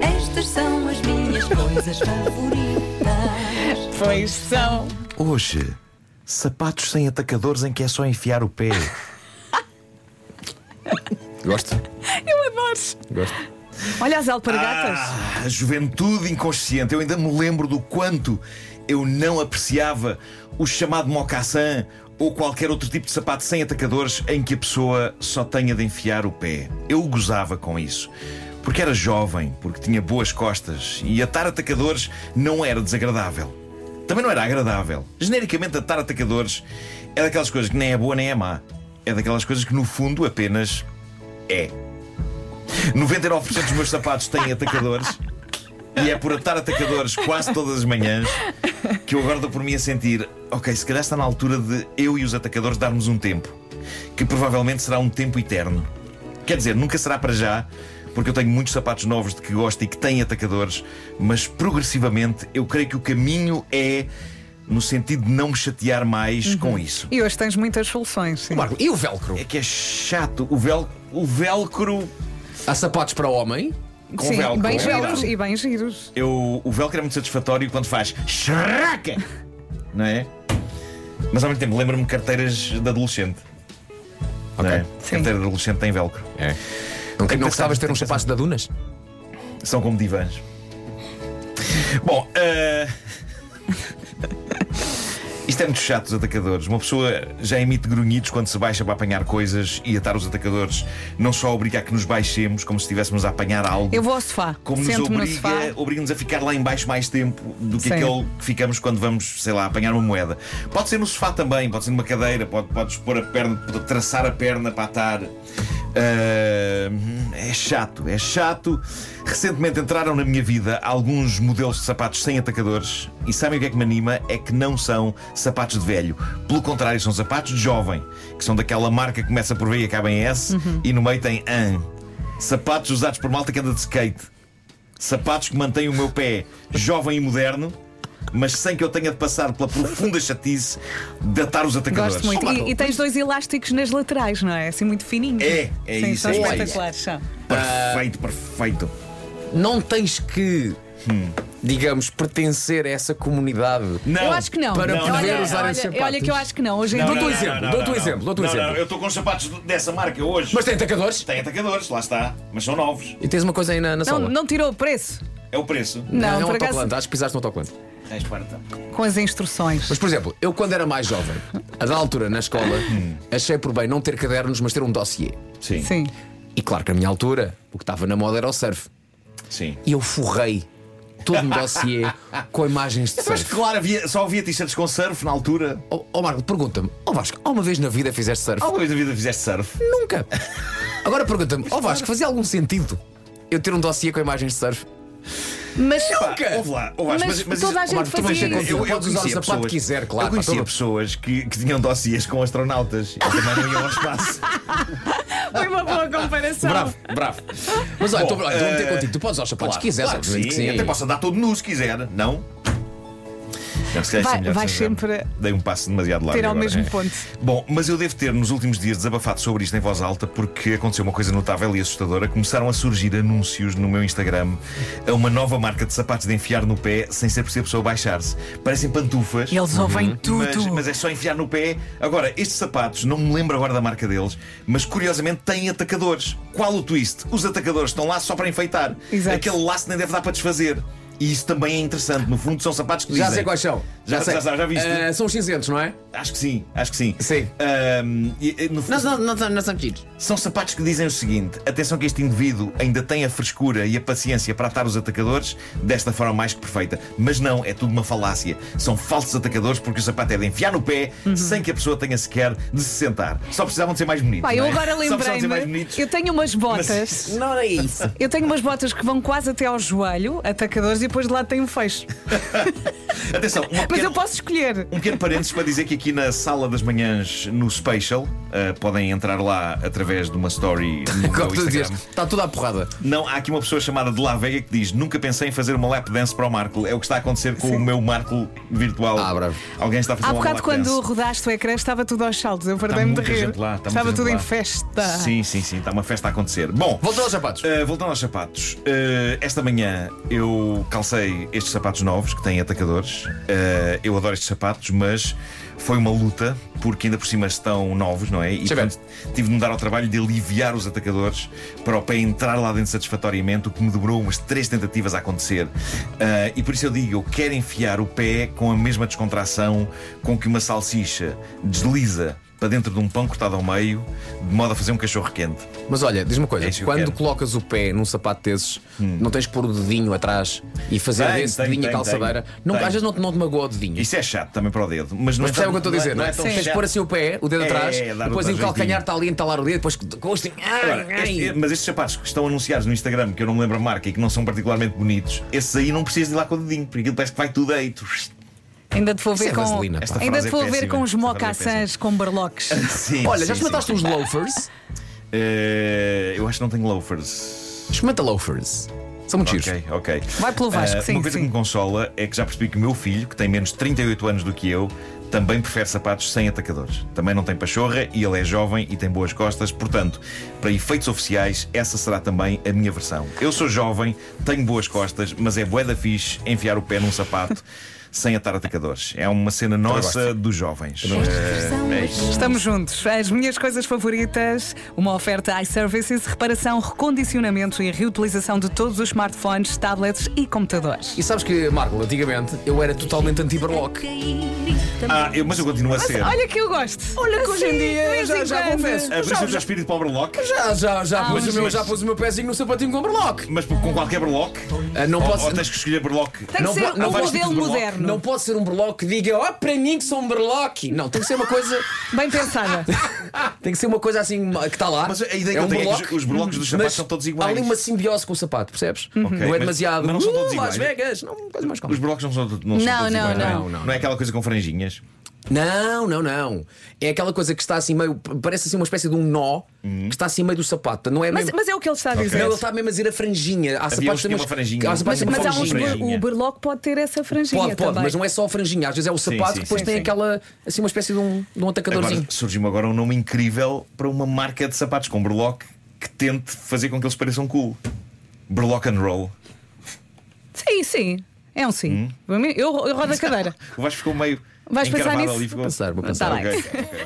estas são as minhas coisas É favoritas. Pois são. Hoje, sapatos sem atacadores em que é só enfiar o pé. Gosto, Eu adoro. gosto. Olha as alpargatas. Ah, a juventude inconsciente. Eu ainda me lembro do quanto eu não apreciava o chamado mocassin ou qualquer outro tipo de sapato sem atacadores em que a pessoa só tenha de enfiar o pé. Eu gozava com isso. Porque era jovem, porque tinha boas costas e atar atacadores não era desagradável. Também não era agradável. Genericamente, atar atacadores é daquelas coisas que nem é boa nem é má. É daquelas coisas que, no fundo, apenas é. 99% dos meus sapatos têm atacadores. E é por atar atacadores quase todas as manhãs que eu agora dou por mim a sentir: ok, se calhar está na altura de eu e os atacadores darmos um tempo, que provavelmente será um tempo eterno. Quer dizer, nunca será para já, porque eu tenho muitos sapatos novos de que gosto e que têm atacadores, mas progressivamente eu creio que o caminho é no sentido de não me chatear mais com isso. E hoje tens muitas soluções. Sim. Marco, e o velcro? É que é chato, o, vel... o velcro Há sapatos para homem? com Sim, velcro. bem é giros e bem giros. Eu, o velcro é muito satisfatório quando faz xerraca, não é? Mas ao mesmo tempo lembra-me carteiras de adolescente. Não é? Carteira de adolescente tem velcro. É. Não, que não pensar, gostavas de ter tem uns que é sapatos da Dunas? São como divãs. Bom, ah, isto é muito chato, os atacadores. Uma pessoa já emite grunhidos quando se baixa para apanhar coisas e atar os atacadores não só obriga a que nos baixemos, como se estivéssemos a apanhar algo. Eu vou ao sofá. Como nos Sento-me no sofá. obriga, obriga-nos a ficar lá em baixo mais tempo do que Sim. aquele que ficamos quando vamos, sei lá, apanhar uma moeda. Pode ser no sofá também, pode ser numa cadeira, pode, podes pôr a perna, pode traçar a perna para atar. Ah, é chato, é chato. Recentemente entraram na minha vida alguns modelos de sapatos sem atacadores e sabem o que é que me anima? É que não são sapatos de velho. Pelo contrário, são sapatos de jovem, que são daquela marca que começa por V e acaba em S e no meio tem AN. Sapatos usados por malta que anda de skate. Sapatos que mantêm o meu pé jovem e moderno, mas sem que eu tenha de passar pela profunda chatice de atar os atacadores. Gosto muito. E, e tens dois elásticos nas laterais, não é? Assim muito fininhos. É, é Sim, isso, são é isso. espetaculares. São. Perfeito, perfeito. Não tens que, digamos, pertencer a essa comunidade. Não. Eu acho que não. Para olha, poder olha, usar olha, esses sapatos. olha que eu acho que não. Hoje em Não, dia. Dou-te um exemplo, dou-te um exemplo, dou-te um Não, não, exemplo. eu estou com os sapatos dessa marca hoje. Mas tem atacadores? Tem atacadores, lá está. Mas são novos. E tens uma coisa aí na, na Não, sola? não tirou o preço? É o preço. É Não, é um por acaso, autocolante. Acho que pisaste no autocolante. Tens quarta. com as instruções. Mas, por exemplo, eu quando era mais jovem, a da altura na escola, Hum. achei por bem não ter cadernos, mas ter um dossiê. Sim. Sim. Sim. E claro que na minha altura, o que estava na moda era o surf. E eu forrei todo um dossiê com imagens de Mas surf. claro, havia- só havia t-shirts com surf na altura. Ó ó, Marco, pergunta-me, ó Vasco, alguma vez na vida fizeste surf? Alguma vez na vida fizeste surf? Nunca! Agora pergunta-me, ó Vasco, fazia algum sentido eu ter um dossiê com imagens de surf? Mas Nunca! Pá, ouve lá, ouve lá, Mas toda isso- a gente Marco, tu fazia vais ver isso. que Eu, eu, Podes usar o conhecia sapato pessoas- que quiser, claro, Eu conhecia para todo- pessoas que, que tinham dossiês com astronautas. Eles também não iam ao espaço. foi uma boa comparação. Bravo, bravo. Mas olha, Bom, estou a eh, meter contigo, tu podes usar os sapatos que quiseres, claro que sim. obviamente que sim. Até posso andar todo nu se quiser, não? Não, se calhar isto é Vai- melhor vai fazer. sempre Dei um passo demasiado largo. ter ao agora, mesmo é. ponto. Bom, mas eu devo ter nos últimos dias desabafado sobre isto em voz alta porque aconteceu uma coisa notável e assustadora. Começaram a surgir anúncios no meu Instagram a uma nova marca de sapatos de enfiar no pé sem ser preciso a pessoa baixar-se. Parecem pantufas. Eles Uhum. ouvem Mas, tudo. mas é só enfiar no pé. Agora, estes sapatos, não me lembro agora da marca deles, mas curiosamente têm atacadores. Qual o twist? Os atacadores estão lá só para enfeitar. Exato. Aquele laço nem deve dar para desfazer. E isso também é interessante. No fundo, são sapatos que Já dizem. sei quais são. Já, sei. já, já, já viste? Eh, são os cinzentos, não é? Acho que sim, acho que sim. Sim. Ahm, e- e no fundo, não, não, não são metidos. são sapatos que dizem o seguinte: atenção que este indivíduo ainda tem a frescura e a paciência para atar os atacadores desta forma mais que perfeita. Mas não, é tudo uma falácia. São falsos atacadores porque o sapato é de enfiar no pé Uhum. sem que a pessoa tenha sequer de se sentar. Só precisavam de ser mais bonitos. Pá, eu não é? agora Só precisavam de ser mais lembrei-me. bonitos. Eu tenho umas botas. Mas- Não é isso. Eu tenho umas botas que vão quase até ao joelho, atacadores, e depois de lado tem um fecho. Atenção, uma Mas pequena- eu posso escolher. Um pequeno parênteses para dizer que aqui na sala das manhãs no Spatial eh, podem entrar lá através de uma story no meu Como tu dizias, Instagram. está tudo à porrada. Não, há aqui uma pessoa chamada de La Vega que diz: Nunca pensei em fazer uma lap dance para o Marco. É o que está a acontecer com o meu Marco virtual. Ah, bravo. Alguém está a fazer Há uma bocado, lap quando dance. rodaste o ecrã, estava tudo aos saltos. Eu Está perdei-me de Tá muita rir. gente lá, está muita estava gente tudo lá. em festa. Sim, sim, sim, está uma festa a acontecer. Bom, Voltou aos sapatos. Uh, voltando aos sapatos, uh, esta manhã eu calcei estes sapatos novos que têm atacadores. Uh, eu adoro estes sapatos, mas foi uma luta porque ainda por cima estão novos, não é? E Sim, bem. portanto, tive de me dar ao trabalho de aliviar os atacadores para o pé entrar lá dentro satisfatoriamente, o que me demorou umas três tentativas a acontecer. Uh, e por isso eu digo: eu quero enfiar o pé com a mesma descontração com que uma salsicha desliza. Para dentro de um pão cortado ao meio, de modo a fazer um cachorro quente. Mas olha, diz-me uma coisa: É isso que eu quando quero. Hum. colocas o pé num sapato desses, não tens que pôr o dedinho atrás e fazer Tenho, desse tenho, dedinho a tenho, calçadeira? tenho. Não, Tenho. às vezes não te, não te magoa o dedinho. Isso é chato também para o dedo. Mas, não Mas é percebes tão- o que eu estou a dizer, não é? tão Tens que chato. pôr assim o pé, o dedo É, atrás, é, dar depois um o calcanhar jeitinho. está ali a entalar o dedo, depois com este- Agora, Ai, este- é- ai. mas estes sapatos que estão anunciados no Instagram, que eu não me lembro a marca e que não são particularmente bonitos, esses aí não precisas de ir lá com o dedinho, porque aquilo parece que vai tudo aí. Tu... Ainda te vou Isso ver é com. vaselina, pá. Esta Ainda frase te é vou ver péssima. com os Esta frase é mocassins com barloques. Sim, Olha, sim, já um- sim. experimentaste uns loafers? Eh, eu acho que não tenho loafers. Experimenta loafers. São muito giros. Ok, ok. Vai pelo Vasco, Ah, sim, Uma coisa sim. que me consola é que já percebi que o meu filho, que tem menos de 38 anos do que eu, também prefere sapatos sem atacadores. Também não tem pachorra e ele é jovem e tem boas costas. Portanto, para efeitos oficiais, essa será também a minha versão. Eu sou jovem, tenho boas costas, mas é bué da fixe enfiar o pé num sapato sem atar atacadores. É uma cena nossa dos jovens. Estas são é as isso. Estamos juntos. As minhas coisas favoritas, uma oferta iServices, reparação, recondicionamento e reutilização de todos os smartphones, tablets e computadores. E sabes que, Marco, antigamente eu era totalmente anti-barlock. Ah, eu- mas eu continuo a ser. Ah, Olha que eu gosto. Olha que hoje em Assim, de dia vez já, em já quando. confesso. Abriste já- o teu espírito para o Berlock, Já, já, já, Ah, pus o mas- meu, já pus o meu pezinho no sapatinho com Berlock. mas com qualquer Berlock. Ah, não ou, posso- ou tens que escolher Berlock. Tem que Não ser po- não um vais modelo tipo de moderno. Não pode ser um Berlock que diga, ó, para mim que sou um Berlock. Não, tem que ser uma coisa. Bem pensada. Tem que ser uma coisa assim que está lá. Mas a ideia que é eu um tenho é Berlock, que os berlocos dos mas sapatos são todos iguais. Uhum. Há ali uma simbiose com o sapato, percebes? Ok, Não é mas- demasiado. mas não são "Uh, todos Las iguais." Vegas. Não, uma coisa mais calma. Os blocos não são, não são Não, todos não, iguais, é? não. é aquela coisa com franjinhas. Não, não, não. É aquela coisa que está assim meio. Parece assim uma espécie de um nó Uhum. que está assim meio do sapato. Não é Mas, mesmo. mas é o que ele está a Não, dizer. ele está mesmo a dizer a franjinha. Há sapatos uns que tinham também- uma franjinha. Há sapatos Mas, que têm mas uma há uns. franjinha. ber- O berloque pode um- ter essa franjinha Pode, pode, também. mas não é só a franjinha, às vezes é o sapato sim, que depois sim, tem sim. aquela, assim, uma espécie de um, de um atacadorzinho. Agora, surgiu-me agora um nome incrível para uma marca de sapatos com berloque que tente fazer com que eles pareçam cool. Berlock and Roll. Sim, sim. É um sim. Hum. Eu, eu rodo a cadeira. O Vasco ficou meio Vais pensar encarvado nisso? ali. Ficou... Vou pensar, vou pensar. Tá bem. Ok, ok, ok.